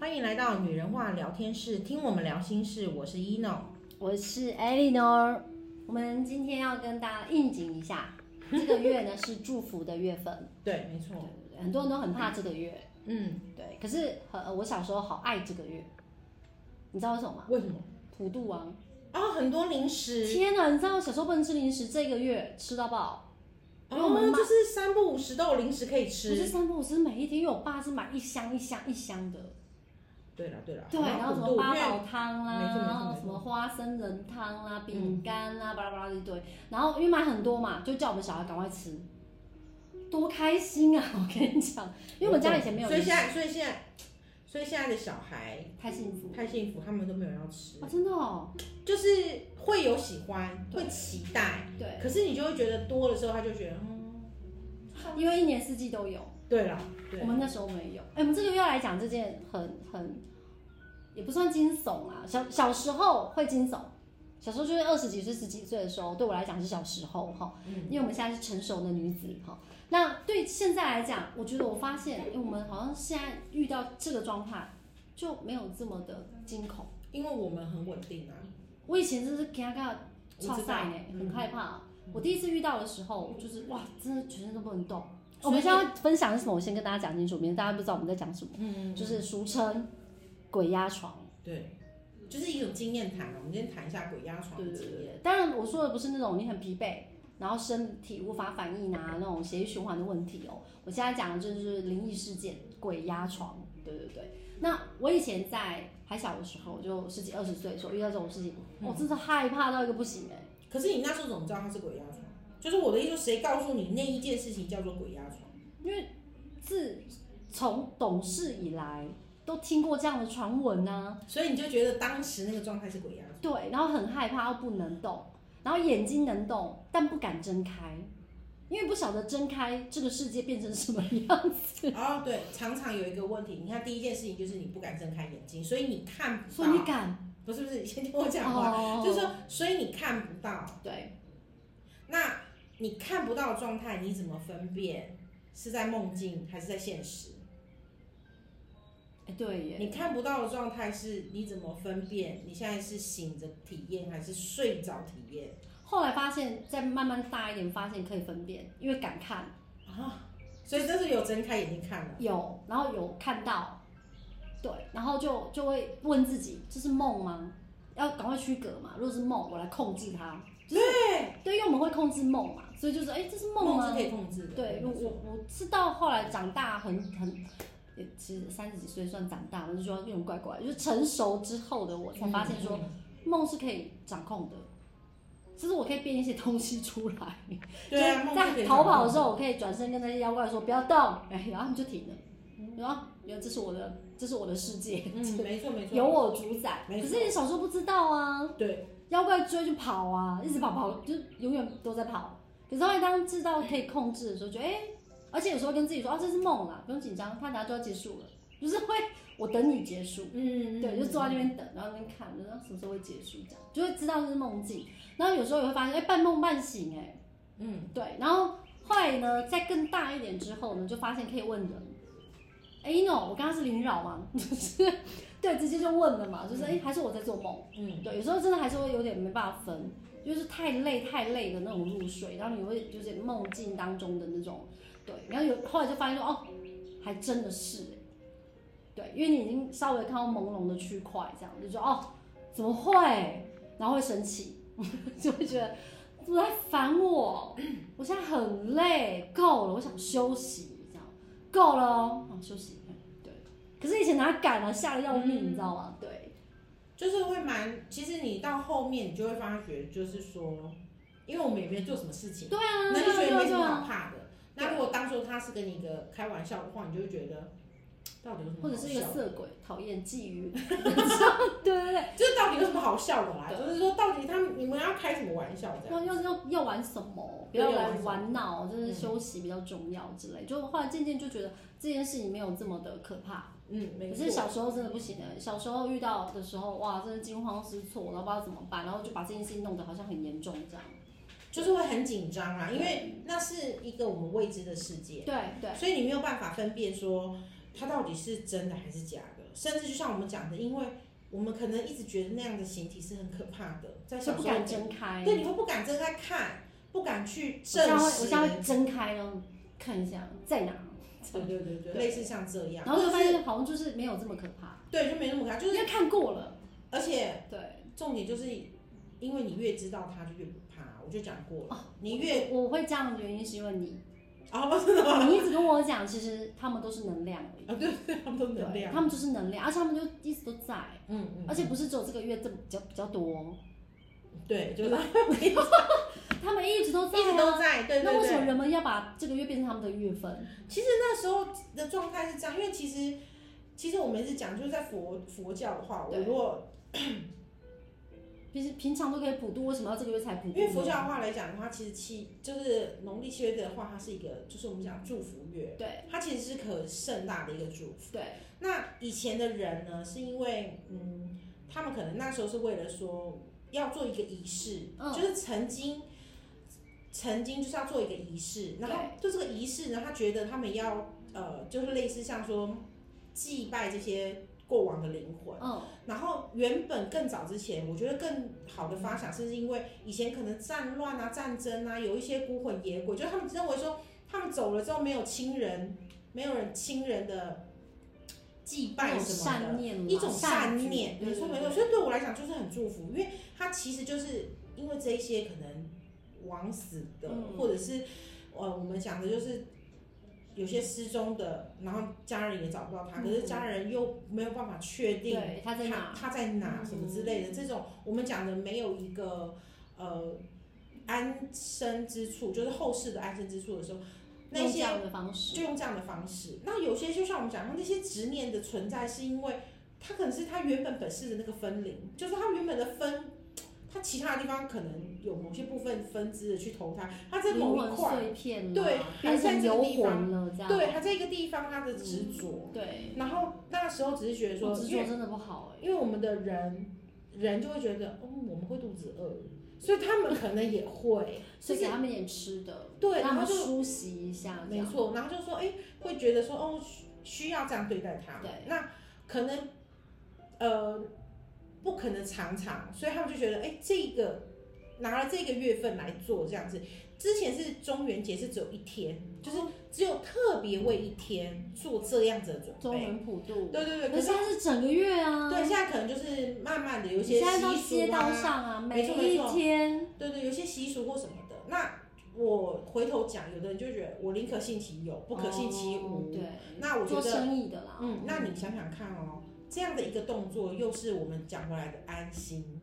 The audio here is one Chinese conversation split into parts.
欢迎来到女人话聊天室，听我们聊心事。我是 ino，我是 Eleanor。我们今天要跟大家应景一下，这个月呢是祝福的月份，对，没对错，对对很多人都很怕这个月，嗯，对。可是呃，我小时候好爱这个月，你知道为什么吗？为什么？普渡王。哦，很多零食，天哪，你知道我小时候不能吃零食，这个月吃到爆。因为我们哦，妈就是三不五时都有零食可以不是吃。三不五时，每一天，因为我爸是买一箱一箱一箱的，对了对了，对，然后什么普渡，因八为宝汤啦，没错没错然后没错嗯什么花生仁汤啦、饼干啦，巴拉巴拉一堆。然后因为买很多嘛，就叫我们小孩赶快吃，多开心啊！ 我跟你讲，因为我们家以前没有所以零食，现在，所以现在，所以现在的小孩太幸福太幸福，他们都没有要吃啊、，真的哦，就是会有喜欢，对会期待，对，可是你就会觉得多的时候，他就觉得，嗯，因为一年四季都有，对了，对我，们那时候没有。哎，我们这个月要来讲这件很很，也不算惊悚啊，小小时候会惊悚。小时候就是二十几岁、十几岁的时候，对我来讲是小时候哈。嗯，因为我们现在是成熟的女子哈。那对现在来讲，我觉得我发现，哎诶我们好像现在遇到这个状态就没有这么的惊恐。因为我们很稳定啊，我以前真是给他个我超知道赛呢，很嗯害怕。我第一次遇到的时候，就是哇，真的全身都不能动。所以我们现在要分享的是什么？我先跟大家讲清楚，免得大家不知道我们在讲什么。嗯，就是俗称鬼压床。对，就是一种经验谈啊。我们今天谈一下鬼压床对的对经嗯对验。，当然我说的不是那种你很疲惫，然后身体无法反应啊那种血液循环的问题哦。我现在讲的就是灵异事件，鬼压床。对对对，那我以前在还小的时候，就十几二十岁的时候遇到这种事情，我、真的害怕到一个不行哎、可是你那时候怎么知道他是鬼压床？就是我的意思，谁告诉你那一件事情叫做鬼压床？因为自从懂事以来都听过这样的传闻啊。所以你就觉得当时那个状态 是鬼压床。对，然后很害怕又不能动，然后眼睛能动但不敢睁开，因为不晓得睁开这个世界变成什么样子，哦，对，常常有一个问题，你看第一件事情就是你不敢睁开眼睛， 所以你看不所以你到。敢不是不是，你先听我讲话，哦，就是说，所以你看不到。对那你看不到的状态，你怎么分辨是在梦境还是在现实？哎对耶，你看不到的状态是，你怎么分辨你现在是醒着体验还是睡着体验后来发现再慢慢大一点，发现可以分辨，因为敢看啊？所以这是有睁开眼睛看的，有，然后有看到，对，然后就就会问自己这是梦吗？要赶快区隔嘛，如果是梦，我来控制它，就是对，对，因为我们会控制梦嘛，所以就是哎、这是梦梦吗？是可以控制的。对，我没错我我是到后来长大很很，也其实三十几岁算长大，我就说有点怪怪，就是成熟之后的我才发现嗯说，梦是可以掌控的，就是我可以变一些东西出来。对啊，就是梦是可在以逃跑的时控候，我可以转身跟那些妖怪说不要动，哎，然后他们就停了，然后原来这是我的，这是我的世界，嗯制的，嗯，没错没错，由我主宰。没可错是你小时候不知道啊，对，嗯妖怪追就跑啊，一直跑跑，就是永远都在跑。可是后来当知道可以控制的时候，觉得哎、而且有时候跟自己说，哦、这是梦啦，不用紧张，它等下就要结束了，就是会我等你结束，嗯，对，就坐在那边等，然后那边看，然后什么时候会结束，这样就会知道这是梦境。然后有时候也会发现，哎、半梦半醒、哎，嗯，对。然后后来呢，在更大一点之后呢，就发现可以问人，哎、no，我刚刚是灵扰吗？ 就是对，直接就问了嘛，就是哎、还是我在做梦。嗯对，有时候真的还是会有点没办法分，就是太累太累的那种入睡，然后你会就是梦境当中的那种，对，然后有后来就发现说哦，还真的是欸，对，因为你已经稍微看到朦胧的区块，这样就觉得哦，怎么会？然后会生气， 就会觉得怎么在烦我？我现在很累，够了，我想休息，这样够了哦，好休息，嗯对。可是以前哪敢啊，吓得要命，你知道吗？对。就是会蛮，其实你到后面你就会发觉，就是说，因为我们也没做什么事情，对啊，那就觉对得啊没什对么啊好怕的。那如果当初他是跟你一个开玩笑的话，你就会觉得到底有什么或者好是一个笑的色鬼，讨厌觊 觎， 对对对，这到底有什么好笑的啦？对就是说，到底他们你们要开什么玩笑这样？要要要要玩什么，不对要要玩来什么玩闹，就是嗯休息比较重要之类。就后来渐渐就觉得这件事情没有这么的可怕，嗯，没可错是。小时候真的不行的，小时候遇到的时候，哇，真的惊慌失措，然后不知道怎么办，然后就把这件事情弄得好像很严重这样。就是会很紧张嗯啊，因为那是一个我们未知的世界，对对所以你没有办法分辨说，它到底是真的还是假的，甚至就像我们讲的，因为我们可能一直觉得那样的形体是很可怕的，在就小不时候敢睁开。对，你会不敢睁开看，不敢去我现在证会，我实现。在会睁开哦，看一下在哪，对对对对，对类似像这样，然后就或发者是现好像就是没有这么可怕，对，就没那么可怕，就因是为看过了。而且对，重点就是，因为你越知道它，就越不怕。我就讲过了，哦你越我会这样的原因是因为你， 啊，真的吗？你一直跟我讲，其实他们都是能量而已。啊，对对，他们都能对，量，他们就是能量，而且他们就一直都在，嗯嗯，而且不是只有这个月这么比较比较多，对，就是他们一直都在一直啊。都在，对那对为什对。么人们要把这个月变成他们的月份？其实那时候的状态是这样，因为其实其实我们一直讲，就是在佛佛教的话，我对如果平平常都可以普渡，为什么要这个月才普因渡？为佛教的话来讲的话，其实七就是农历七月的话，它是一个就是我们讲祝福月，对它其实是可盛大的一个祝福。对那以前的人呢，是因为嗯，他们可能那时候是为了说要做一个仪式，嗯就是曾经曾经就是要做一个仪式，然后就这个仪式呢，他觉得他们要呃，就是类似像说祭拜这些过往的灵魂。嗯，然后原本更早之前，我觉得更好的发想，是因为以前可能战乱啊、战争啊，有一些孤魂野鬼，就是他们认为说，他们走了之后没有亲人，没有人亲人的祭拜一种什么善的，念嘛，一种善举念，对没错对没对错。所以对我来讲就是很祝福，因为他其实就是因为这一些可能枉死的，嗯或者是呃我们讲的就是。有些失踪的，然后家人也找不到他，可是嗯家人又没有办法确定对，他在他哪？嗯他在哪什么之类的，这种我们讲的没有一个呃安身之处，就是后世的安身之处的时候，那用这些样的方式，就用这样的方式。那有些就像我们讲，那些执念的存在，是因为它可能是它原本本世的那个分灵，就是它原本的分，它其他的地方可能有某些部分分支的去投胎，它在灵某一魂块，碎片了，对还变在成这个游地方魂了，这样对，它在一个地方它的执着。对，然后那时候只是觉得说，执因为着真的不好哎、，因为我们的人人就会觉得，哦，我们会肚子饿，所以他们可能也会所以给他们点吃的，对，让他然后们就梳洗一下，这没样错，然后就说，哎、会觉得说，哦，需需要这样对待他们对，那可能呃不可能常常，所以他们就觉得，哎、这个拿了这个月份来做这样子。之前是中元节是只有一天，就是只有特别为一天做这样子的准中备。文普渡。对对对，可可是是嗯它是整个月啊，对，现在可能就是慢慢的有一你些现在到习街俗道啊，上啊，没每错一没错天，对对，有些习俗或什么的。那我回头讲，有的人就觉得我宁可信其有，不可信其哦无。对，那我觉做哦得，生意的啦，嗯，那你想想看哦，这样的一个动作，又是我们讲回来的安心。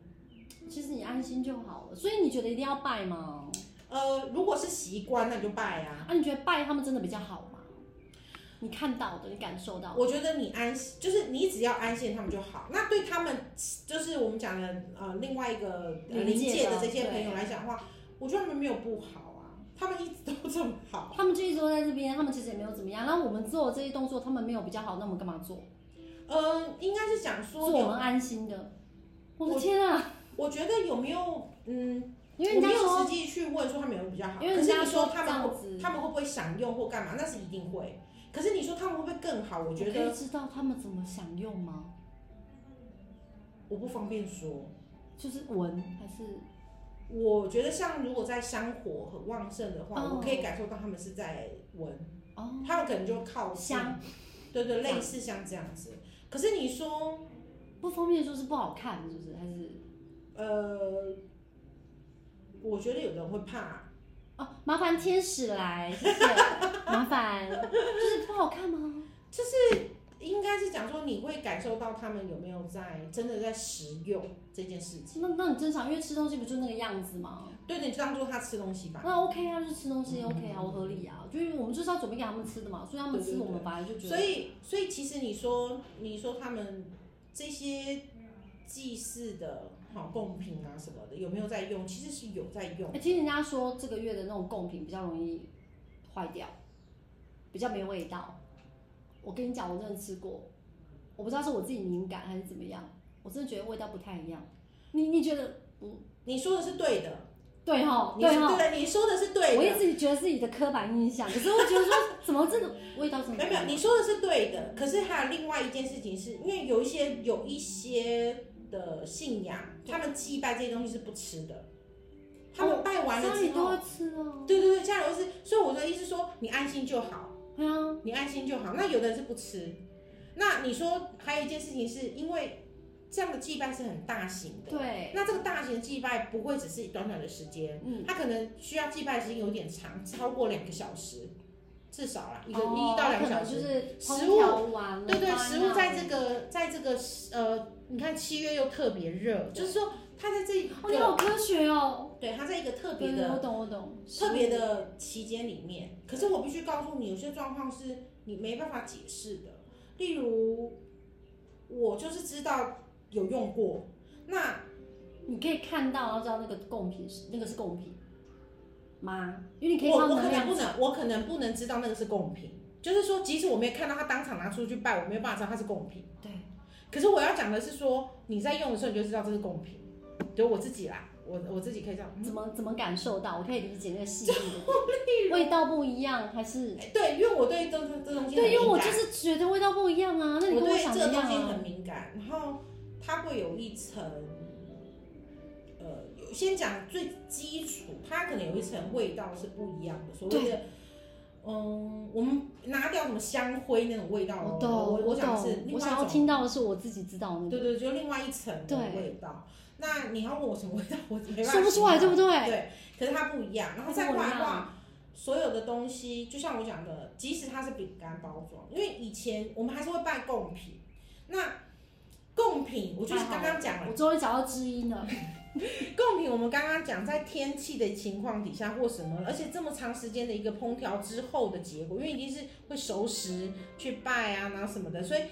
其实你安心就好了。所以你觉得一定要拜吗？呃，如果是习惯，那你就拜啊。啊，你觉得拜他们真的比较好吗？你看到的，你感受到的，我觉得你安，就是你只要安心他们就好。那对他们，就是我们讲的呃另外一个呃临临界界的的这些朋友对来讲的话，我觉得他们没有不好啊，他们一直都这么好。他们就一直都在这边，他们其实也没有怎么样。然后我们做这些动作，他们没有比较好，那我们干嘛做？嗯，应该是讲做说我有，们安心的。我我的天啊！我觉得有没有，嗯，因为人我家没有说实，际去问说他们有没有比较好，因为可人是家你说这他们样会子，他们会不会享用或干嘛，那是一定会。可是你说他们会不会更好？我我觉可以得知道他们怎么享用吗？我不方便说。就是闻还是我觉得像如果在香火很旺盛的话，哦我可以感受到他们是在闻，哦他们可能就靠近，香？对对，这样类似像这样子。可是你说，不方便说是不好看，是不是？还是呃，我觉得有的人会怕，哦，麻烦天使来，谢谢，麻烦，就是不好看吗？应该是讲说你会感受到他们有没有在真的在食用这件事情。那那很正常，因为吃东西不就那个样子吗？对，你就当做他吃东西吧。那 OK 啊，就是吃东西 OK 啊，我合理啊，就是我们就是要准备给他们吃的嘛，所以他们对对吃我们对本来就觉得，所以，所以其实你说，你说他们这些祭祀的好贡品啊什么的，有没有在用？其实是有在用哎、。听人家说这个月的那种贡品比较容易坏掉，比较没味道。我跟你讲，我真的吃过，我不知道是我自己敏感还是怎么样，我真的觉得味道不太一样。你你觉得你说的是对的，对哈，你是哦对哈对。的，你说的是对我一的，直觉得自己的刻板印象，可是我觉得说怎么这个味道怎么没有没有，你说的是对的。可是还有另外一件事情是，因为有一些有一些的信仰，他们祭拜这些东西是不吃的，他们拜完了哦家之里都后，会吃哦。对对对，家人是，所以我的意思说，你安心就好。对啊，你安心就好。那有的人是不吃，那你说还有一件事情是因为这样的祭拜是很大型的，对，那这个大型的祭拜不会只是短短的时间，嗯，它可能需要祭拜时间有点长，超过两个小时，至少啦，一个哦一到两个小可时。能就是食烹物调完了，对对，放食物那在里这个在这个呃，你看七月又特别热，就是说它在这一哦，你个，好科学哦。对，它在一个特别对对，的我懂我懂，特别的期间里面，可是我必须告诉你，有些状况是你没办法解释的。例如，我就是知道有用过，那你可以看到，然后知道那个贡品是那个是贡品吗？因为你可以看我到我可能能量不能，我可能不能知道那个是贡品。就是说，即使我没看到他当场拿出去拜，我没有办法知道它是贡品。对，可是我要讲的是说，你在用的时候你就知道这是贡品。对我自己啦，我我自己可以这样。嗯怎么怎么感受到？我可以理解那个细腻 的味道不一样，还是哎对，因为我对这这这东西很对，因为我敏感就是觉得味道不一样啊。那你跟对想这的个一东样西啊。很敏感，然后它会有一层，呃，有先讲最基础，它可能有一层味道是不一样的，所谓的。嗯，我们拿掉什么香灰那种味道哦，懂，我我讲的是懂。另我外一想要种，听到的是我自己知道的那对个，对，就另外一层的对味道。那你要问我什么味道，我没办法说不出来，形对不容对？对，可是它不一样。然后再它不过一来样的话，所有的东西，就像我讲的，即使它是饼干包装，因为以前我们还是会拜贡品。那贡品，我就是刚刚讲了，我终于找到知音了。贡品我们刚刚讲，在天气的情况底下或什么，而且这么长时间的一个烹调之后的结果，因为一定是会熟食去拜啊，然后什么的，所以。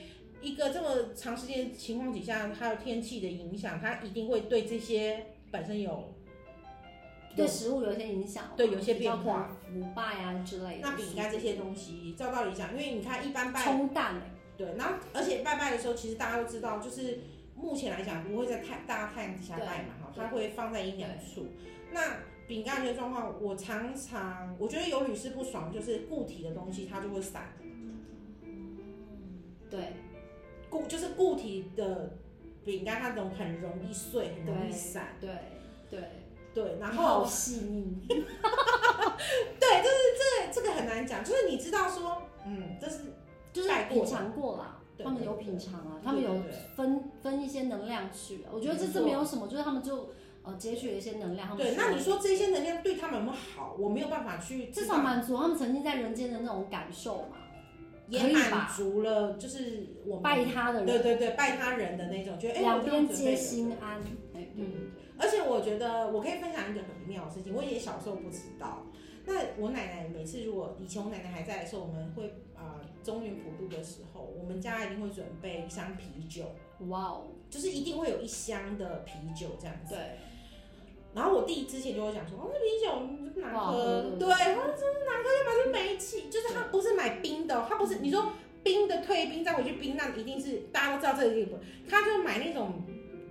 一个这么长时间的情况底下，还有天气的影响，它一定会对这些本身有对食物有一些影响，啊对有些比较变化可能腐败啊之类的。那饼干这些东西，照道理讲，因为你看一般拜冲淡欸了，对，然后而且拜拜的时候，其实大家都知道，就是目前来讲不会在太大太阳底下拜嘛，哈，对它会放在阴凉处。那饼干这些状况，我常常我觉得有屡试不爽，就是固体的东西它就会散，对固就是固体的饼干它种很容易碎，很容易对散。对对。对，然你后好细腻，对，就是这个这个很难讲，就是你知道说，嗯，这是就是带过品尝过啦，对他们有品尝啊，他们有对对分分一些能量去啊。我觉得这没次错没有什么，就是他们就呃截取了一些能量，他们对。那需要你说这些能量对他们有没有好？我没有办法去知至道少满足他们曾经在人间的那种感受嘛，也可以满吧足了，就是我们拜他的人，对对对拜他人的那种，觉得哎，两我这边样准皆备嗯了心安。哎，对对对。而且我觉得我可以分享一个很妙的事情，我也小时候不知道。那我奶奶每次如果以前我奶奶还在的时候，我们会啊、呃中原普渡的时候，我们家一定会准备一箱啤酒，哇哦，就是一定会有一箱的啤酒这样子。对，然后我弟之前就会讲说，哦，那啤酒你就不不难好喝喝，对不对，对他说怎么难喝，要买这煤气，就是他不是买冰的哦，他不是你说冰的退冰再回去冰，那一定是大家都知道这个地步，他就买那种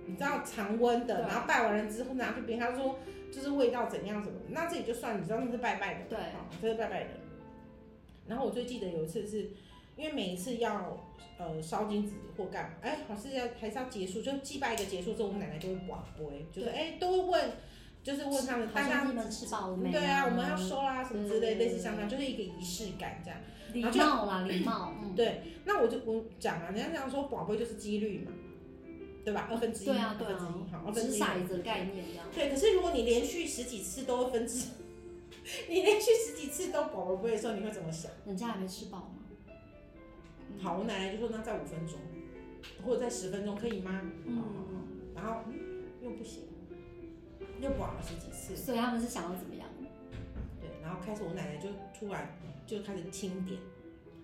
你知道常温的，对然后拜完了之后拿去冰，他说就是味道怎样什么的，那这里就算你知道那是拜拜的，对好这是拜拜的。然后我最记得有一次是。因为每一次要呃烧金纸或干嘛，哎、好像是要还是要结束，就祭拜一个结束之后，我奶奶就会晚杯，就是哎、都会问，就是问他们好大家像你们吃饱了没？对啊，我们要收啦什么之类，对类似像这样，就是一个仪式感这样。礼貌啦，礼貌，嗯，对，那我就我讲啊，人家讲说宝贝就是几率嘛，对吧？二分之一，对啊，二对分之啊一，好，，二分掷之一。骰子的概念这样，对，可是如果你连续十几次都二分之， 你连续十几次都宝贝的时候，你会怎么想？人家还没吃饱吗？嗯好，我奶奶就说那在五分钟，或者在十分钟可以吗？嗯，然后嗯又不行，又保了十几次，所以他们是想要怎么样？对，然后开始我奶奶就突然就开始清点，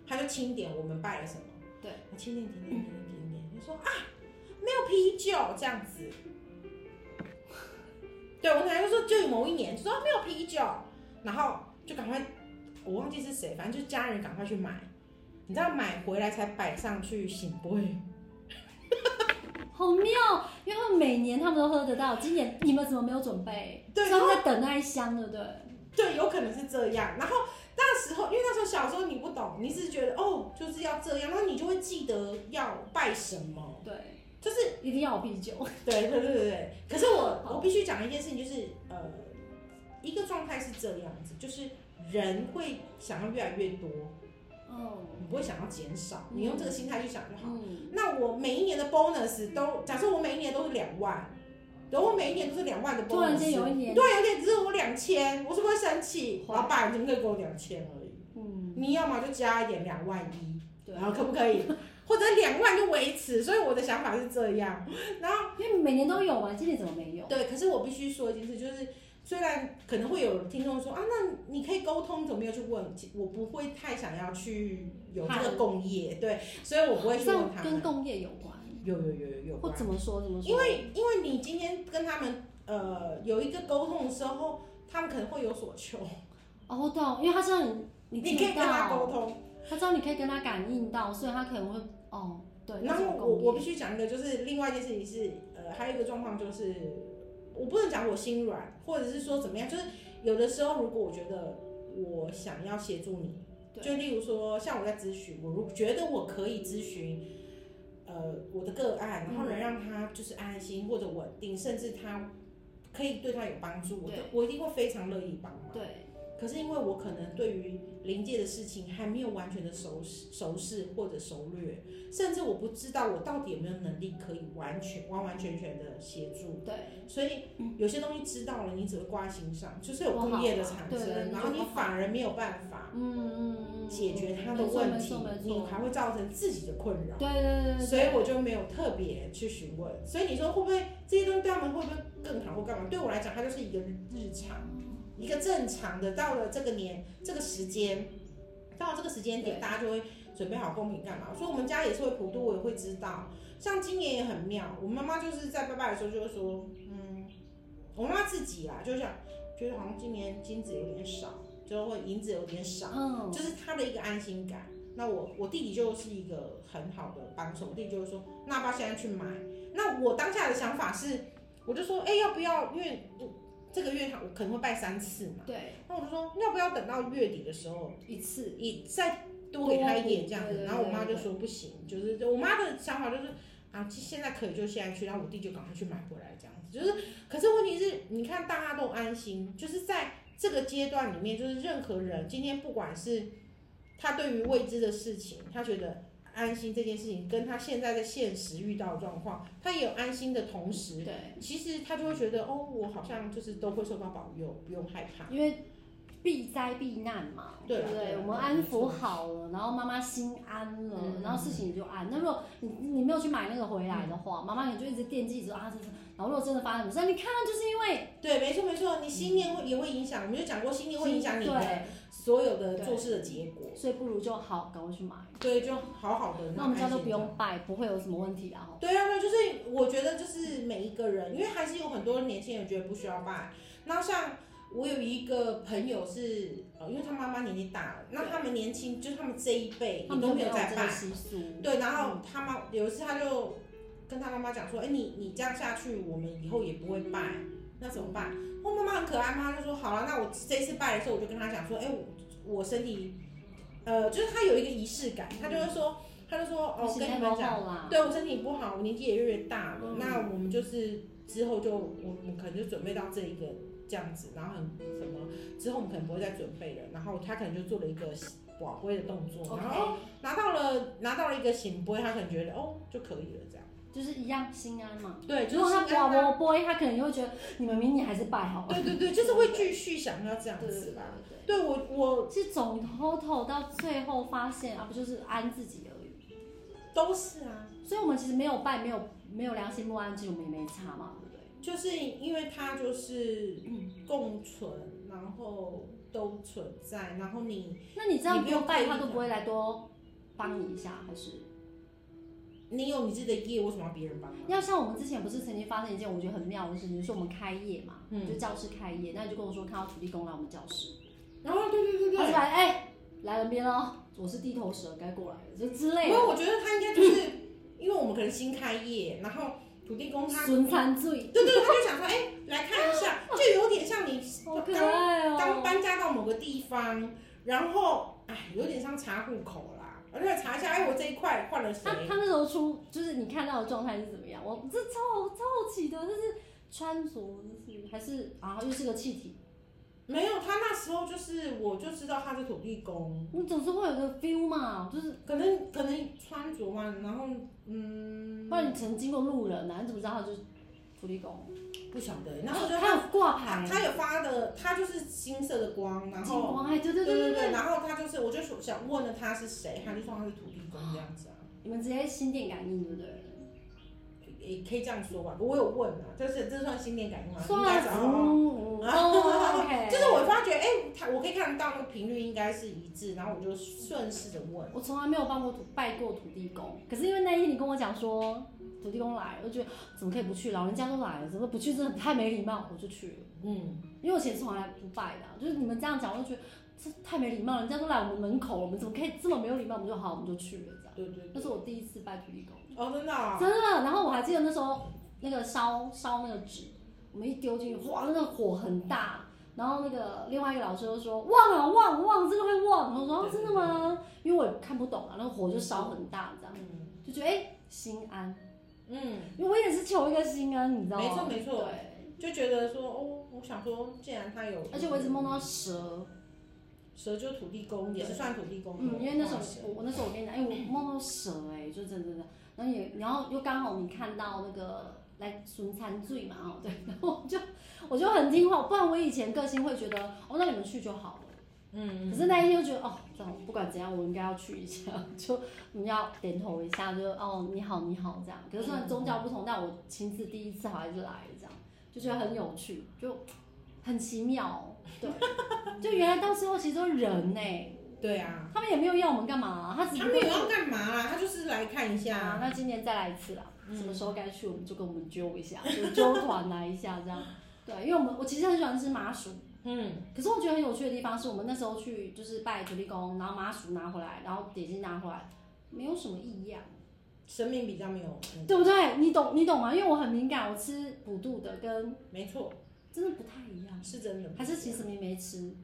她就清点我们拜了什么，对，她清点点点点点点点，她说啊没有啤酒这样子，对我奶奶就说就有某一年就说啊没有啤酒，然后就赶快我忘记是谁，反正就家人赶快去买，你知道买回来才摆上去醒杯，好妙，因为他们每年他们都喝得到，今年你们怎么没有准备？对他们在等那一箱，对不对？对，有可能是这样。然后那时候，因为那时候小时候你不懂，你只是觉得哦就是要这样，然后你就会记得要拜什么，对，就是一定要有啤酒。对对对对对。可是我好我必须讲一件事情，就是呃，一个状态是这样子，就是人会想要越来越多，嗯你不会想要减少，嗯你用这个心态去想就好。嗯，那我每一年的 bonus 都，假设我每一年都是两万，然后我每一年都是两万的 bonus，突然间有一年，对，有点只是我两千，我是不会生气。会老板，你怎么可以给我两千而已？嗯，你要么就加一点两万一，对，啊然后可不可以？或者两万就维持。所以我的想法是这样。因为每年都有嘛，今年怎么没有？对，可是我必须说一件事，就是虽然可能会有听众说啊，那你可以沟通，怎么没有去问？其我不会太想要去有这个共业，对，所以我不会去这问样他跟们。共业有关，有有有有有或关，怎么说怎么说？因为因为你今天跟他们呃有一个沟通的时候，他们可能会有所求，哦，我懂，因为他知道你，你你可以听跟他沟到，通。他知道你可以跟他感应到，所以他可能会哦，对，然那后种我我共必业，须讲一个，就是另外一件事情是，呃，还有一个状况就是，我不能讲我心软，或者是说怎么样，就是有的时候如果我觉得我想要协助你，对就例如说像我在咨询，我如觉得我可以咨询。呃，我的个案，嗯然后能让他就是安心或者稳定，甚至他可以对他有帮助，我就对我一定会非常乐意帮忙。对，可是因为我可能对于临界的事情还没有完全的熟识、熟识或者熟略，甚至我不知道我到底有没有能力可以完全、完完全全的协助。对，所以有些东西知道了，你只会挂在心上，就是有工业的产不好嗯对生，然后你反而没有办法嗯嗯嗯，解决他的没错问没题错没，你错，还会造成自己的困扰。对对对对对，所以我就没有特别去询问。所以你说会不会这些东西对他们会不会更好或干嘛？对我来讲，它就是一个日常，一个正常的。到了这个年这个时间，到了这个时间点，对大家就会准备好公平干嘛？所以我们家也是会普渡，我也会知道。像今年也很妙，我妈妈就是在拜拜的时候就会说，嗯，我妈妈自己啊，就想觉得好像今年金子有点少，就会银子有点少。嗯，就是他的一个安心感。那我我弟弟就是一个很好的帮手，我弟弟就是说，那爸现在去买。那我当下的想法是，我就说，哎、要不要？因为我这个月我可能会拜三次嘛，对，那我就说，要不要等到月底的时候，一次，一再多给他一点这样对子？对然后我妈就说不行，就是我妈的想法就是。啊，现在可以就现在去，然后我弟就赶快去买回来，这样子就是。可是问题是，你看大家都安心，就是在这个阶段里面，就是任何人今天不管是他对于未知的事情，他觉得安心这件事情，跟他现在在现实遇到的状况，他也有安心的同时，对，其实他就会觉得哦，我好像就是都会受到保佑，不用害怕。因为避灾避难嘛，对啊不对对？啊我们安抚好了，然后妈妈心安了，嗯然后事情也就安。那如果你你没有去买那个回来的话，嗯妈妈也就一直惦记着啊，这是。然后如果真的发生什么事，你看就是因为对，没错没错，你心念会也会影响，我们就讲过心念会影响你的对，所有的做事的结果，所以不如就好赶快去买。对，就好好的。那我们家都不。用拜，不会有什么问题啊。对啊，对，就是我觉得就是每一个人，因为还是有很多年轻人觉得不需要拜。那像我有一个朋友是，呃，因为他妈妈年纪大了，那他们年轻就是他们这一辈他们也都就没没有有在这个拜，习俗，对，然后他妈有一次他就跟他妈妈讲说：“哎、你你这样下去，我们以后也不会拜，那怎么办？”我妈妈很可爱，妈妈就说：“好了，那我这次拜的时候，我就跟他讲说，哎、我我身体，呃，就是他有一个仪式感，他就会说，他就说哦，时跟你间们落讲，后啦。对我身体不好，我年纪也越来越大了，嗯那我们就是之后就我们可能就准备到这一个这样子，然后很什么之后我们可能不会再准备了，然后他可能就做了一个保龟的动作，然后。 OK，拿到了拿到了一个醒杯，他可能觉得哦就可以了这样。就是一样心安嘛。对，如果他心安啊寡不 boy，他可能就会觉得你们明年还是拜好了。对对对，就是会继续想要这样对对子对吧。对。对我我是总 total 到最后发现啊，不就是安自己而已。都是啊，所以我们其实没有拜，没有没有良心不安，其实我们也没差嘛，对不对？就是因为它就是共存，然后都存在，然后你那你这样不用拜，你不用刻意他都不会来多帮你一下，还是你有你自己的业，为什么要别人帮忙？要像我们之前不是曾经发生一件我觉得很妙的事情，就是我们开业嘛，嗯就教室开业，那你就跟我说看到土地公来我们教室，然后对对对他就，对来哎、来人边咯，我是地头蛇，该过来了，就之因类为的。我觉得他应该就是因为我们可能新开业，然后土地公他，损残罪，对对对，他就想说，哎、来看一 下，就有点像你好可刚爱哦、刚搬家到某个地方，然后哎，有点像查户口啦，而且查一下，哎，我这一块换了谁他？他那时候出，就是你看到的状态是怎么样？我这超好超好奇的，就是穿着就是还是啊，又是个气体，没有，他那时候就是我就知道他是土地公，你总是会有个 feel 嘛，就是可能可能穿着嘛，然后嗯不，然你曾经过路人啊，你怎么知道他就是土地公？不晓得。然后我觉得他他有挂他牌，他有发的，他就是金色的光，然金后光，哎，对对对对对对，对，然后他就是我就想问了他是谁，他就说他是土地公这样子啊。你们直接心电感应，对不对？也可以这样说吧，我有问啊，就是这算心电感应吗？算嗯应该是嗯哦。 嗯哦，OK，就是我发觉，哎、他我可以看得到那个频率应该是一致，然后我就顺势的问，我从来没有帮过土拜过土地公，可是因为那一天你跟我讲说土地公来，我就觉得怎么可以不去？老人家都来了，怎么不去真的太没礼貌，我就去了。嗯，因为我以前从来不拜的啊、就是你们这样讲，我就觉得这太没礼貌了，人家都来我们门口了，我们怎么可以这么没有礼貌？我们就好，我们就去了这样。对对那对，是我第一次拜土地公，哦，真的、啊，真的。然后我还记得那时候那个烧烧那个纸，我们一丢进去，哇，那个火很大。然后那个另外一个老师就说忘啊忘忘，真的会忘。我说、哦、真的吗？因为我也看不懂啊，那个火就烧很大，这样嗯就觉得哎心安，嗯，因为我也是求一个心安，你知道吗？没错没错对，就觉得说，哦，我想说，既然他有，而且我一直梦到蛇，蛇就是土地公，也是算土地公，嗯，因为那时候化蛇我我那时候我跟你讲，哎、我梦到蛇哎、就真的真的，然后也然后又刚好你看到那个来孙餐醉嘛哦，对， 然后我就我就很听话，不然我以前个性会觉得哦，那你们去就好了。嗯，可是那一天就觉得哦，这样不管怎样，我应该要去一下， 就你要点头一下，就哦你好你好这样。可是虽然宗教不同，但我亲自第一次好像就来了这样，就觉得很有趣，就很奇妙。哦对， 就原来到最后其实都是人呢、对啊，他们也没有要我们干嘛、啊他只他是没有过要干嘛啦，他就是来看一下，啊，那今年再来一次啦，嗯什么时候该去我们就跟我们揪一下， 就揪团来一下这样。对，因为我们我其实很喜欢吃麻薯，嗯可是我觉得很有趣的地方是我们那时候去就是拜土地公，然后麻薯拿回来，然后点心拿回来，没有什么异样，生命比较没有，嗯对不对？你懂你懂吗？因为我很敏感，我吃补肚的跟没错，真的不太一样，是真的，还是其实你没吃，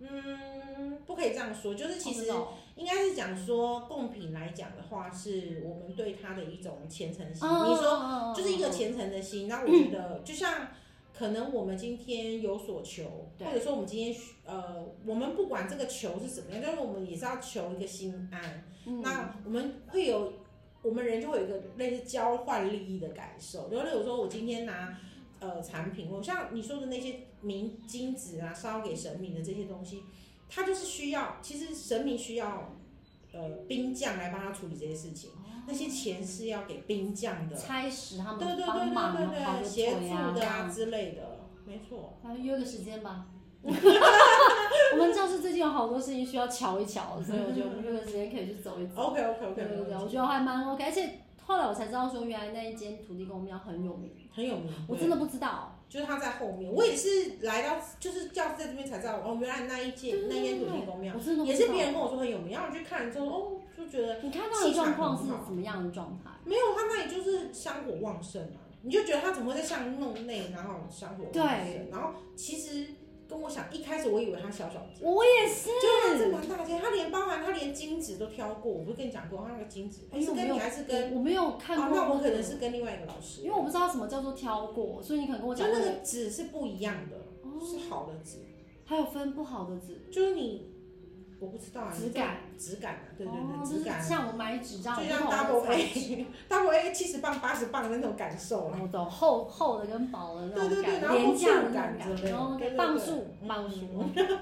嗯，不可以这样说，就是其实哦应该是讲说贡品来讲的话，是我们对它的一种虔诚真心。的哦你说哦就是一个哦虔诚的心，那我觉得就像可能我们今天有所求，对或者说我们今天呃，我们不管这个求是什么样，但是我们也是要求一个心安。嗯那我们会有我们人就会有一个类似交换利益的感受，就例如说我今天拿。呃，产品，我像你说的那些明金子啊，烧给神明的这些东西，它就是需要，其实神明需要，呃，兵将来帮他处理这些事情，哦那些钱是要给兵将的，差使他对们对对帮忙啊，对对跑对，个协腿啊助这的样啊之类的，没错。那约个时间吧。 我们教室最近有好多事情需要瞧一瞧，所以我觉得我们约个时间可以去走一走。 OK 哦 OK 对 OK，对没对，问我题，觉得还蛮 OK，而且后来我才知道说，原来那一间土地公庙很有名，很有名。我对真的不知道。就是他在后面，我也是来到就是教室在这边才知道，哦，原来那对一间对那对间土地公庙我真的都不也知是道别人跟我说很有名，然后我去看了之后，哦，就觉得你看到的状况是什么样的状态？没有，他那里就是香火旺盛啊，你就觉得他怎么会在巷弄内，然后香火旺盛，对然后其实跟我想一开始我以为他小小间。我也是，就是他这玩大街，他连包含他连金子都挑过，我不是跟你讲过他那个金子，哎是呦跟你还是跟我我没有看啊过、？那我可能是跟另外一个老师，因为我不知道什么叫做挑过，所以你可能跟我就讲过哦那个纸是不一样的，是好的纸，还有分不好的纸就是你我不知道啊，质感，质感啊，对对哦对，就质是感，像我买纸张，就我不像懂得 double 材 A double A 七十磅八十磅的那种感受啊啦，我懂厚厚的跟薄的那种对对感对觉，然后廉价的不那触种感感之类觉，的然后对对对磅数嗯磅数。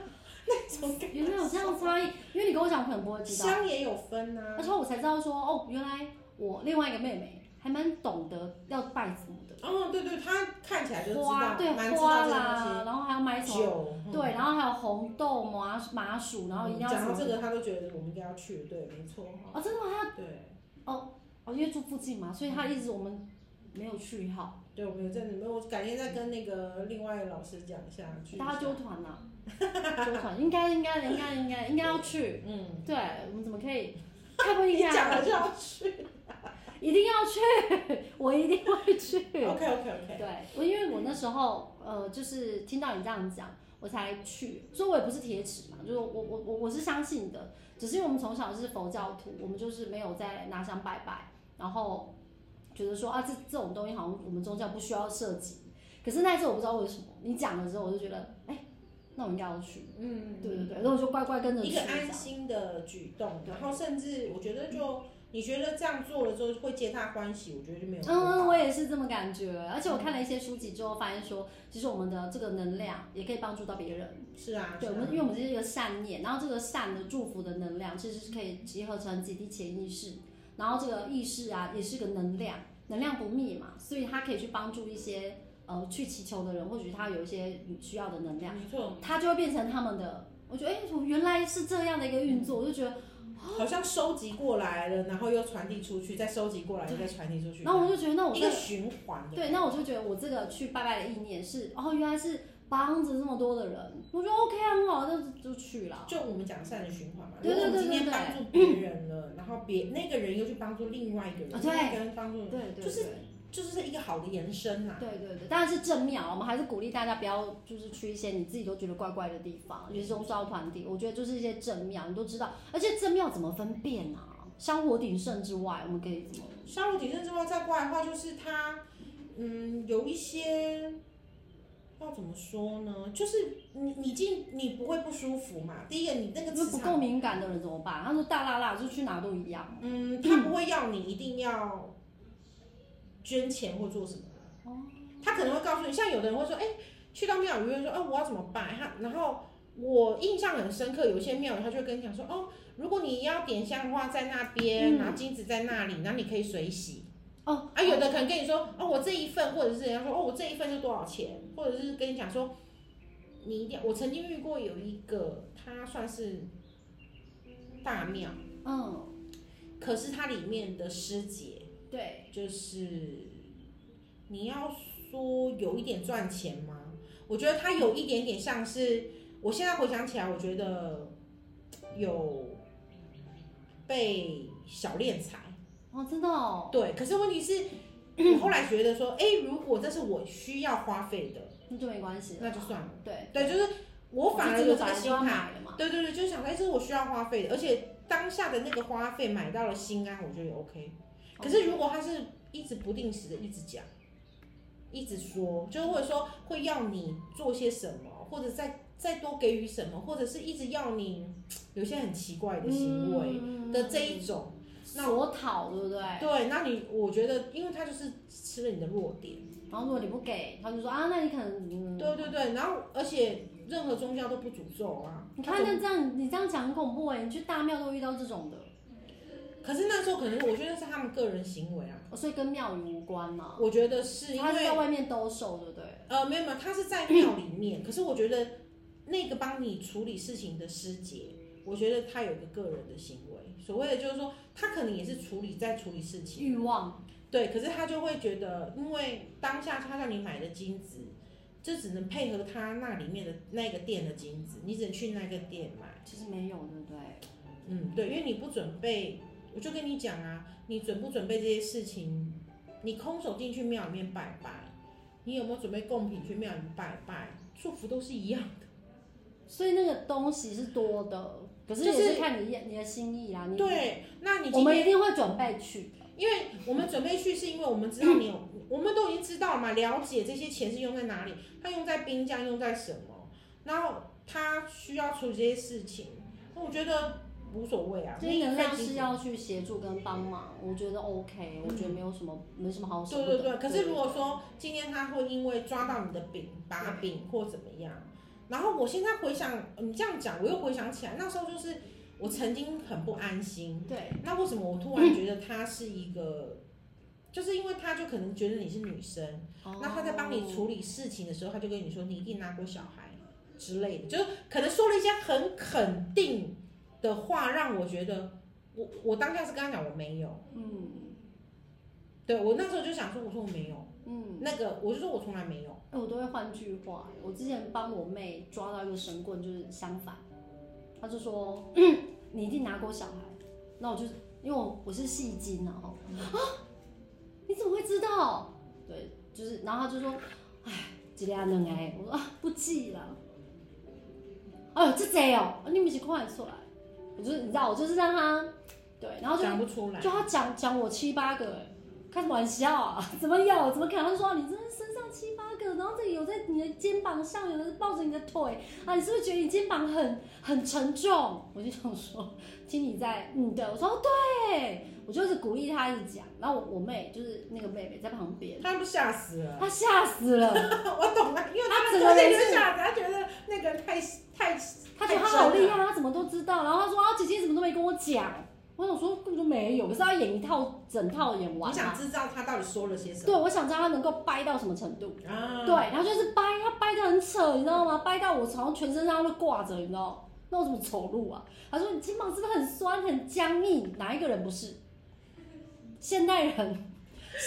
那种感原来 有这样的差异，因为你跟我讲，我可能不会知道。香也有分啊而，且我才知道说，哦，原来我另外一个妹妹还蛮懂得要拜什么的，哦对对，他看起来就知花道，对蛮知道花这个啦，然后还要买东西，什么，酒，嗯对，然后还有红豆麻麻薯，然后一定要什讲到这么。个，他都觉得我们应该要去，对，没错，哦，真的吗？他对，哦，因为住附近嘛，所以他一直我们没有去好，对，我们有在里面，我改天再跟那个另外老师讲一下，去一下大家纠团啦，纠团应该应该应该应该应该要去，嗯，对我们怎么可以？太不一你样讲了了就要去，一定要去，我一定会去。 OK OK OK，对，我因为我那时候呃，就是听到你这样讲，我才去，所以我也不是铁齿嘛，就是我我我我是相信的，只是因为我们从小是佛教徒，我们就是没有在拿香拜拜，然后觉得说啊这这种东西好像我们宗教不需要涉及，可是那一次我不知道为什么你讲了之后，我就觉得哎、那我应该要去，嗯，对对对，然后我就乖乖跟着去一这个样，安心的举动，然后甚至我觉得就你觉得这样做了之后会皆大欢喜，我觉得就没有嗯嗯，嗯，我办法也是这么感觉。而且我看了一些书籍之后，发现说，其实我们的这个能量也可以帮助到别人。是啊，对，是我啊们因为我们是一个善念，然后这个善的祝福的能量，其实是可以集合成集体潜意识，然后这个意识啊，也是个能量，能量不灭嘛，所以它可以去帮助一些呃去祈求的人，或许他有一些需要的能量，没错，它就会变成他们的。我觉得，哎、我原来是这样的一个运作，我就觉得。好像收集过来了，然后又传递出去，再收集过来，对再传递出去，然后我就觉得，那我一这个个循环的。对，那我就觉得我这个去拜拜的意念是，哦，原来是帮着这么多的人，我觉得 OK 啊，很好，那就去了。就我们讲善的循环嘛，对对如果我对们今天对帮助别人了，然后别那个人又去帮助另外一个人，啊另对外一个人帮助，对对就是对就是一个好的延伸呐、对对对，当然是正面啊，我们还是鼓励大家不要就是去一些你自己都觉得怪怪的地方，尤其是宗教团体，我觉得就是一些正庙，你都知道，而且正庙怎么分辨啊？香火鼎盛之外，我们可以怎么？烧炉鼎盛之后再过来的话，就是它，嗯，有一些要怎么说呢？就是你你进你不会不舒服嘛。第一个，你那个因为磁不够场，敏感的人怎么办？他说大辣辣，就去哪都一样。嗯，他不会要你一定要捐钱或做什么。哦他可能会告诉你，像有的人会说，哎、去到庙宇会说，哦、我要怎么拜？他然后。我印象很深刻，有一些庙宇他就会跟你讲说，哦，如果你要点香的话，在那嗯边，然后金子在那里，然后你可以水洗。哦，啊，有的可能跟你说，哦，我这一份，或者是人家说，哦，我这一份就多少钱，或者是跟你讲说，你一定要，我曾经遇过有一个，它算是大庙，嗯，可是它里面的师姐对，就是，你要说有一点赚钱吗？我觉得它有一点点像是，我现在回想起来，我觉得有被小敛财。哦，真的哦，对，可是问题 是，我后来觉得说，哎、如果这是我需要花费的，那就没关系了。那就算了。对，对，啊就是我反而有这把个希心望态。买了嘛。对对对，就想，哎、这是我需要花费的，而且当下的那个花费买到了心安，我觉得也 OK。可是如果他是一直不定时的一直讲，一直说，就是或者说会要你做些什么，或者再再多给予什么，或者是一直要你有一些很奇怪的行为为的这一种。那索讨，对不对？对，那你我觉得，因为他就是吃了你的弱点，然后如果你不给，他就说啊，那你可能，嗯、对对对，然后而且任何宗教都不诅咒啊。你看那这样，你这样讲很恐怖哎、你去大庙都遇到这种的，可是那时候可能我觉得是他们个人行为啊，哦所以跟庙宇无关嘛。我觉得是因他是在为外面兜售，对不对？呃没有没有，他是在庙里面，可是我觉得那个帮你处理事情的师姐，我觉得他有一个个人的行为，所谓的就是说他可能也是处理在处理事情，欲望，对，可是他就会觉得，因为当下他让你买的金子，就只能配合他那里面的那个店的金子，你只能去那个店买。其实没有，对不对？嗯，对，因为你不准备，我就跟你讲啊，你准不准备这些事情，你空手进去庙里面拜拜，你有没有准备贡品去庙里面拜拜，祝福都是一样的。所以那个东西是多的，可是也就是是看你你的心意啊啦。你，对，那你我今们一天，定会准备去的。因为我们准备去，是因为我们知道你有，我们都已经知道了嘛，了解这些钱是用在哪里，它用在冰箱，用在什么，然后他需要处理这些事情，那我觉得无所谓啊，所你以能量费是心要去协助跟帮忙，我觉得 OK，我觉得没有什么没什么好舍对不对得。对，可是如果说今天他会因为抓到你的柄、把柄或怎么样，然后我现在回想你这样讲，我又回想起来，那时候就是我曾经很不安心。对那为什么我突然觉得他是一个，就是因为他就可能觉得你是女生，哦那他在帮你处理事情的时候，他就跟你说你一定拿过小孩之类的，就是可能说了一些很肯定的话，让我觉得我我当下是跟他讲我没有，嗯对我那时候就想说我说我没有。嗯，那个，我就说我从来没有。哎我都会换句话。我之前帮我妹抓到一个神棍，就是相反，她就说、嗯你一定拿过小孩，那我就因为我我是戏精啊，哦啊，你你怎么会知道？对，就是，然后他就说，哎，几个能哎，我说啊，不记了。哦，这贼哦，你们一起快出来。我就是你知道，我就是让他对，然后就讲不出来就。他讲讲我七八个、欸，开什么玩笑啊？ 怎么有？怎么可能？他说、啊、你真的身上七八个，然后这里有在你的肩膀上，有的抱着你的腿啊，你是不是觉得你肩膀很很沉重？我就想说，听你在嗯对，我说哦对，我就是鼓励他一直讲，然后我我妹就是那个妹妹在旁边，他不吓死了，她吓死了， 我懂了，因为啊他他整昨个天人就是吓死，他觉得那个太太她觉得她好厉害，她怎么都知道，然后她说啊姐姐怎么都没跟我讲，我想说根本就没有，可是她演一套整套演完你想嘛，知道他到底说了些什对，么？我想知道她能够掰到什么程度。啊，对，然后就是掰，他掰的很扯，你知道吗？掰到我好像全身上都挂着，你知道？那我怎么走路啊？他说你肩膀是不是很酸很僵硬？哪一个人不是？现代人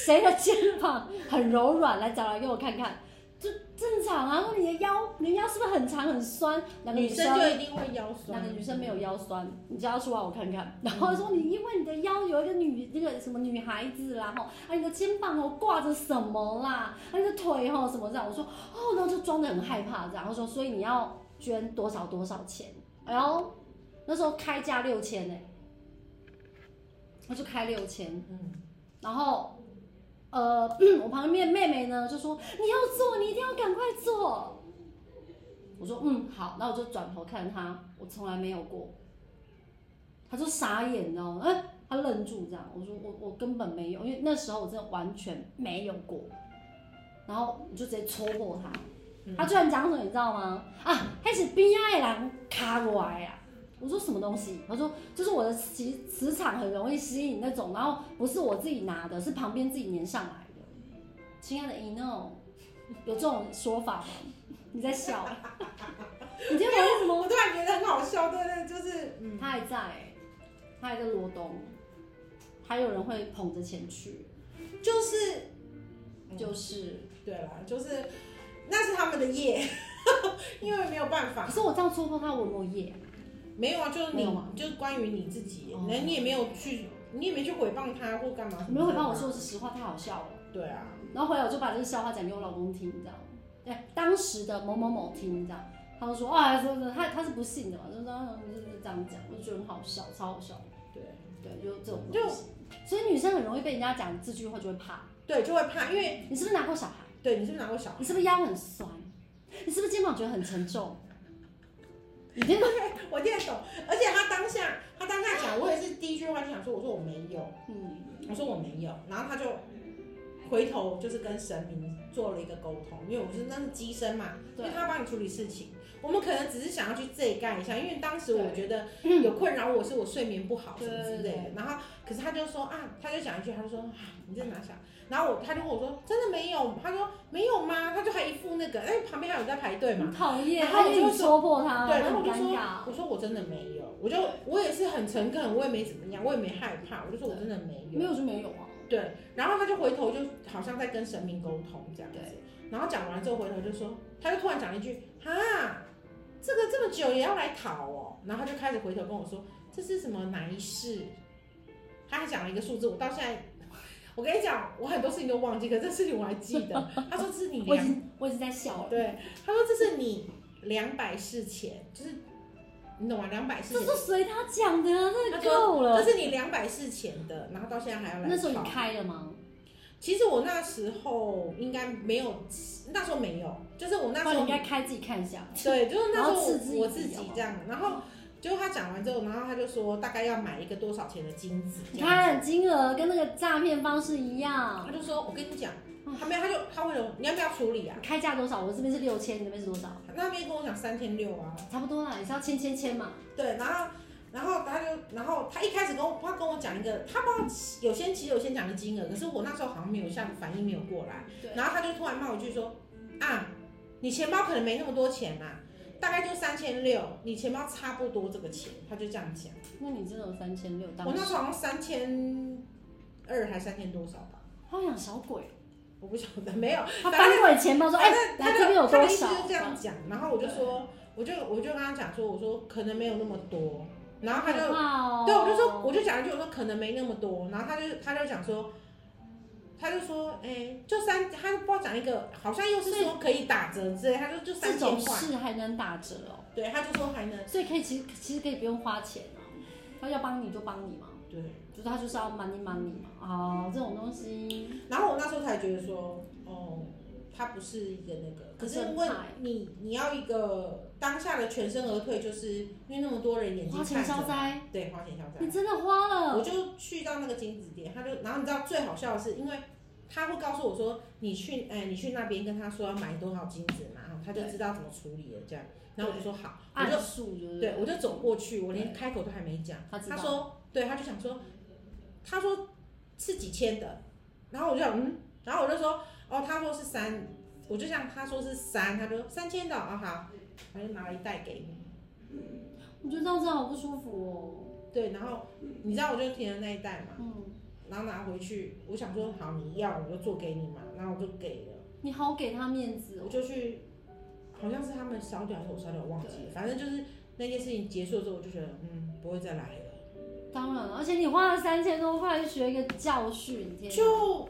谁的肩膀很柔软？来找来给我看看，就正常啊。说你的腰，你的腰是不是很长很酸？哪个女生生就一定会腰哪酸个。女生没有腰酸？你叫她出来我看看。然后说你因为你的腰有一个女那个什么女孩子啦，吼，啊你的肩膀哦挂着什么啦，啊你的腿吼什么这样。我说哦，然后就装得很害怕这样。然后说所以你要捐多少多少钱？哎呦，那时候开价六千呢，他就开六千，嗯，然后。呃， 我旁边妹妹呢就说你要做，你一定要赶快做。我说嗯好，那我就转头看他，我从来没有过。他就傻眼，你知道吗？哎、他愣住这样。我说我我根本没有，因为那时候我真的完全没有过。然后我就直接戳破他，嗯他居然讲什么你知道吗？啊，开始边爱人卡过来啊！我说什么东西？他说就是我的磁磁场很容易吸引那种，然后不是我自己拿的，是旁边自己粘上来的。亲爱的，you know，有这种说法吗？你在笑、欸？ 你今天为什么？我突然觉得很好笑，对对，就是嗯，他还在、他还在罗东，还有人会捧着钱去，就是嗯嗯就是。对啦，就是那是他们的业， 因为没有办法可。是我这样戳破他，我有没有业啊？没有啊，就是没你有啊，就是关于你自己，哦那、你也没有去，你也没去回谤他或干嘛什么的。啊没有回报我说的是实话，太好笑了。对啊，然后回来我就把这个笑话讲给我老公听，你知道吗？对，当时的某某某听，你知道，他就说啊，说说他他是不信的嘛，就是啊就是这样讲，我就觉得很好笑，超好笑的。对对，就这种东西。所以女生很容易被人家讲这句话就会怕，对，就会怕，因为你是不是拿过小孩？对你是不是拿过小孩？ 你是不是腰很酸？你是不是肩膀觉得很沉重？你这个，我听得懂，而且他当下他当下讲，我也是第一句话就想说，我说我没有，嗯，我说我没有，然后他就回头就是跟神明做了一个沟通，因为我是那是机身嘛，因对为他帮你处理事情，我们可能只是想要去遮盖一下，因为当时我对觉得有困扰我是我睡眠不好什么之对类对的，然后可是他就说啊，他就讲一句，他就说啊，你在哪想？然后我他就问我说真的没有，他说没有吗？他就还一副那个，哎旁边还有人在排队嘛很，讨厌，然后他我就一直戳破他，对，然后很我就尴说，尬。我说我真的没有，我就我也是很诚恳，我也没怎么样，我也没害怕，我就说我真的没有。没有就没有啊，对，然后他就回头就好像在跟神明沟通这样子，然后讲完之后回头就说，他就突然讲一句，哈，这个这么久也要来讨哦，然后他就开始回头跟我说这是什么哪一世，他还讲了一个数字，我到现在。我跟你讲，我很多事情都忘记，可这事情我还记 得。他说这是你我已两经我已经在笑了。对，他说这是你两百世前，就是你懂吗？两百世这前，是随他讲的啊，这他个说够这了。是你两百世前的，然后到现在还要来。那时候你，开了吗？其实我那时候应该没有，那时候没有，就是我那不然时哦你候应该开自己看一下。对，就是那时然候后我斥资我一笔自己这样，然后。就他讲完之后，然后他就说大概要买一个多少钱的金子，你这样子看金额跟那个诈骗方式一样他，就说我跟你讲，他没有，他就他为什么你要不要处理啊？开价多少？我这边是六千，你那边是多少？那边跟我讲三千六啊，差不多啦，也是要千千千嘛。对，然后然后他就然后他一开始跟我他跟我讲一个，他帮我有先其实有先讲个金额，可是我那时候好像没有像反应没有过来，对然后他就突然骂我一句说啊，你钱包可能没那么多钱啦、大概就三千六，你钱包差不多这个钱，他就这样讲。那你真的有三千六？当我那时时候好像三千二还三千多少吧，他养小鬼，我不晓得，没有，他反翻正滚钱包说：“哎反正，来他这的边有他多的意思少就？”这样讲，然后我就说，我就我就跟他讲说，我说可能没有那么多，然后他就好可怕哦对，我就说，我就讲一句，我说可能没那么多，然后他就他就讲说，他就说，哎、就三，他不知道讲一个，好像又是说可以打折之类，他就就这三千种块，事还能打折哦，对，他就说还能，所以可以其实其实可以不用花钱啊，他要帮你就帮你嘛，对，就是他就是要 money money 嘛，哦，这种东西然后我那时候才觉得说，哦，他不是一个那个，可是生问态你，你要一个当下的全身而退，就是因为那么多人眼睛花钱看消着，灾，对，花钱消灾。你真的花我了，就去到那个金子店，他就，然后你知道最好笑的是，因为他会告诉我说，你去，哎、你去那边跟他说要买多少金子嘛，然后他就对知道怎么处理了这样。然后我就说好，我暗就数就是对，我就走过去，我连开口都还没讲。他知他道，说，对，他就想说，他说是几千的，然后我就想嗯，然后我就说，哦，他说是三，我就像他说是三，他就三千的啊、好，他就拿了一袋给你。我觉得这样真的好不舒服对，然后你知道我就填了那一袋嘛哦，，嗯，然后拿回去，我想说好你要我就做给你嘛，然后我就给了，你好给他面子我哦，就去，好像是他们烧掉还是我烧掉，我忘记了，反正就是那件事情结束之后，我就觉得嗯不会再来了，当然，而且你花了三千多块学一个教训，天哪，就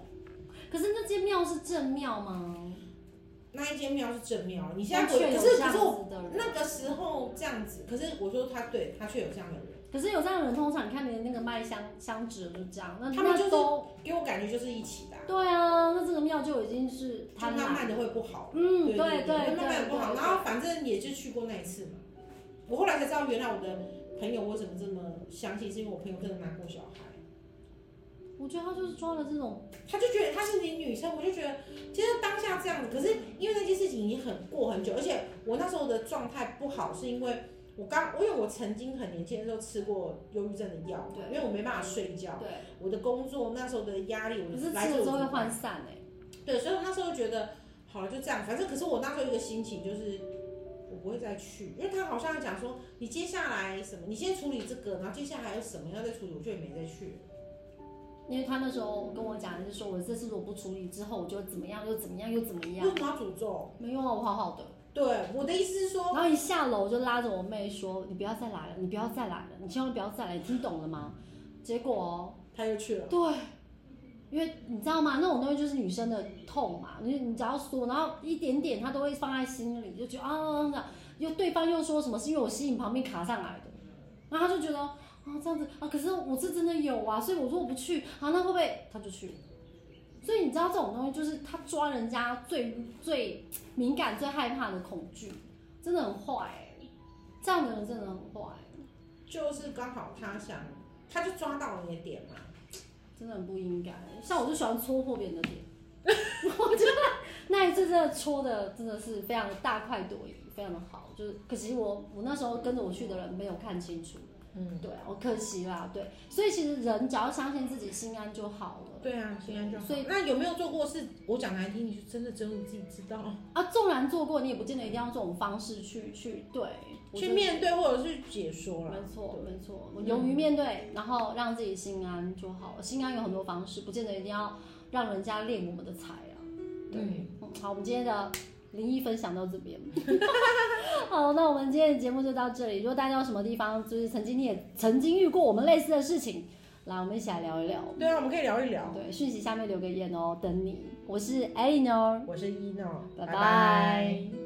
可是那间庙是正庙吗？那一间庙是正庙，你你现在回可是可是我的人。那个时候这样子，可是我说他对他却有这样的人，可是有这样的人，通常你看你的那个卖香香纸的就这样，那他们那就是都给我感觉就是一起的啊、对啊，那这个庙就已经是就贪慢婪，慢的会不好。嗯，对对对对，会慢慢的不好。对然后反正也就去过那一次嘛。我后来才知道，原来我的朋友为什么这么相信，是因为我朋友真的拿过小孩，我觉得他就是抓了这种，他就觉得她是你女生，我就觉得其实当下这样子，可是因为那件事情已经很过很久，而且我那时候的状态不好，是因为。我刚，因为我曾经很年轻的时候吃过忧郁症的药，对因为我没办法睡觉，对，我的工作那时候的压力，可我是吃来自了我之后会主涣管散哎、对，所以我那时候觉得好了就这样，反正可是我那时候有一个心情就是我不会再去，因为他好像讲说你接下来什么，你先处理这个，然后接下来还有什么要再处理，我就也没再去。因为他那时候跟我讲，就是说我这次如果不处理之后，我就怎么样，又怎么样，又怎么为样，什么要诅咒？没用啊，我好好的。对，我的意思是说，然后一下楼我就拉着我妹说：“你不要再来了，你不要再来了，你千万不要再来，你听懂了吗？”结果哦，他又去了，对，因为你知道吗？那种东西就是女生的痛嘛，你你只要说，然后一点点她都会放在心里，就觉得啊啊，啊啊又对方又说什么是因为我吸引旁边卡上来的，然后她就觉得啊这样子啊，可是我是真的有啊，所以我说我不去，啊那会不会她就去了？所以你知道这种东西就是她抓人家最最敏感、最害怕的恐惧，真的很坏、欸，这样的人真的很坏、就是刚好他想，他就抓到你的点嘛。真的很不应该。像我就喜欢戳破别人的点， 我觉得那一次真的戳的真的是非常的大快朵颐，非常的好。就是可惜我我那时候跟着我去的人没有看清楚，嗯，对啊，我可惜啦，对。所以其实人只要相信自己心安就好了。对啊，心安就好。所以那有没有做过事？我讲难听，你就真的只有你自己知道。啊，纵然做过，你也不见得一定要这种方式去去对我觉去得面对或者是解说了。没错，没错，嗯我勇于面对，然后让自己心安就好了。心安有很多方式，不见得一定要让人家练我们的财啊。对，嗯嗯好，我们今天的灵异分享到这边。 好，那我们今天的节目就到这里。如果大家有什么地方，就是曾经你也曾经遇过我们类似的事情，来，我们一起来聊一聊。对啊，我们可以聊一聊。对，讯息下面留个言哦，等你。我是 Eleanor，我是一诺，拜拜拜拜